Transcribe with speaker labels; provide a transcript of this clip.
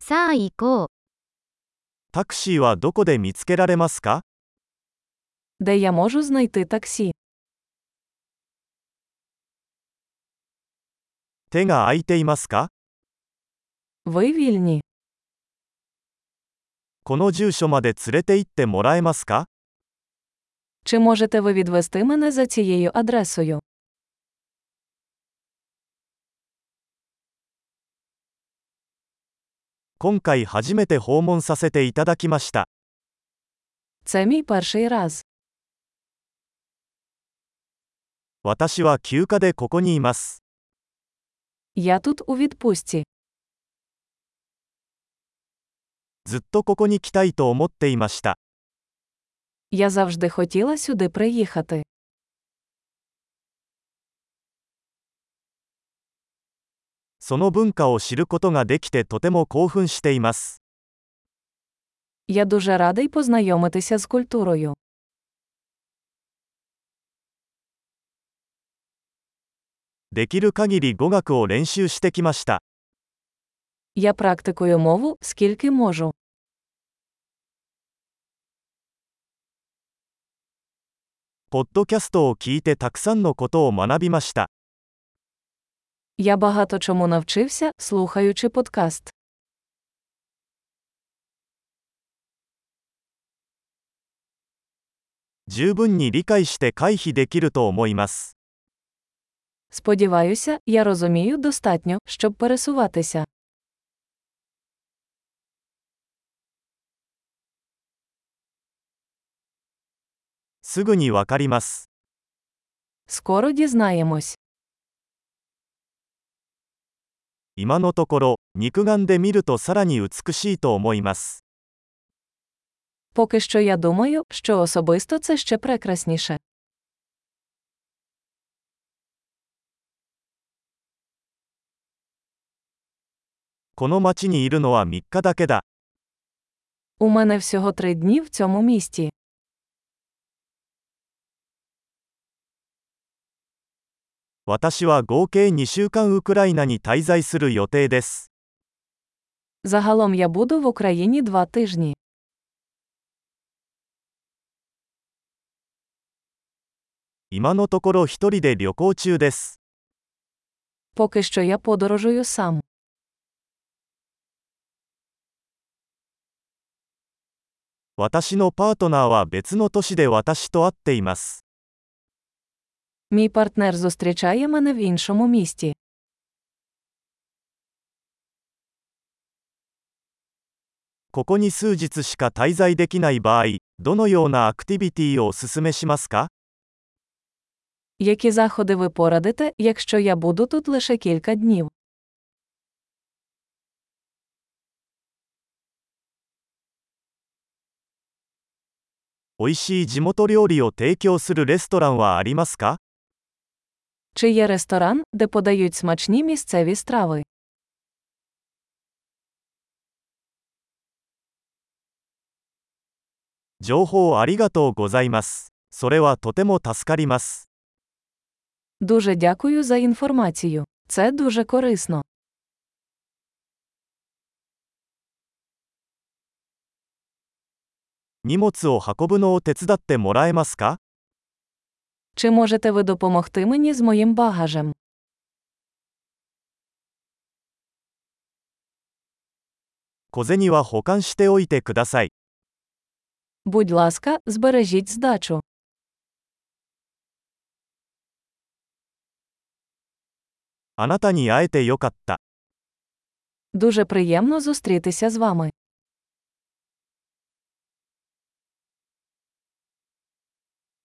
Speaker 1: さあ行こう。
Speaker 2: タクシーはどこで見つけられますか
Speaker 3: Де я можу знайти таксі?
Speaker 2: 手が空いていますか
Speaker 3: Ви вільні.
Speaker 2: この住所まで連れて行ってもらえますか
Speaker 3: Чи можете ви відвести мене за цією адресою?
Speaker 2: 今回初めて訪問させていただきました。
Speaker 3: Це мій перший раз.
Speaker 2: 私は休暇でここにいます。
Speaker 3: Я тут у відпустці.
Speaker 2: ずっとここに来たいと思っていました。
Speaker 3: Я завжди хотіла сюди приїхати.
Speaker 2: その文化を知ることができてとても興奮しています。
Speaker 3: Я дуже радий познайомитися з культурою.
Speaker 2: できる限り語学を練習してきました。
Speaker 3: Я практикую мову скільки можу.
Speaker 2: ポッドキャストを聞いてたくさんのことを学びました。
Speaker 3: Я багато чому навчився, слухаючи подкаст.
Speaker 2: 十分に理解して回避できると思います。
Speaker 3: Сподіваюся, я розумію достатньо, щоб пересуватися.
Speaker 2: すぐにわかります。
Speaker 3: Скоро дізнаємось.
Speaker 2: 今のところ、肉眼で見るとさらに美しいと思います。
Speaker 3: Поки що я думаю, що особисто це ще прекрасніше.
Speaker 2: この町にいるのは3日だけだ。
Speaker 3: У мене всього три дні в цьому місті.
Speaker 2: 私は合計2週間ウクライナに滞在する予定です。
Speaker 3: Загалом я буду в Україні два тижні.
Speaker 2: 今のところ一人で旅行中です。
Speaker 3: Поки що я подорожую сам.
Speaker 2: 私のパートナーは別の都市で私と会っています。
Speaker 3: Мій партнер зустрічає мене в іншому місті.
Speaker 2: ここに数日しか滞在できない場合、どのようなアクティビティをお勧めしますか
Speaker 3: Які заходи ви порадите, якщо я буду тут лише кілька днів?
Speaker 2: 美味しい地元料理を提供するレストランはありますか
Speaker 3: Чи є ресторан, де подають смачні місцеві страви?
Speaker 2: 情報ありがとうございます。それはとても助かります。
Speaker 3: Дуже дякую за інформацію. Це дуже корисно.
Speaker 2: 「荷物を運ぶのを手伝ってもらえますか
Speaker 3: Чи можете ви допомогти мені з моїм багажем?
Speaker 2: 小銭は保管しておいてください。
Speaker 3: Будь ласка, збережіть здачу.
Speaker 2: あなたに会えてよかった。
Speaker 3: Дуже приємно зустрітися з вами.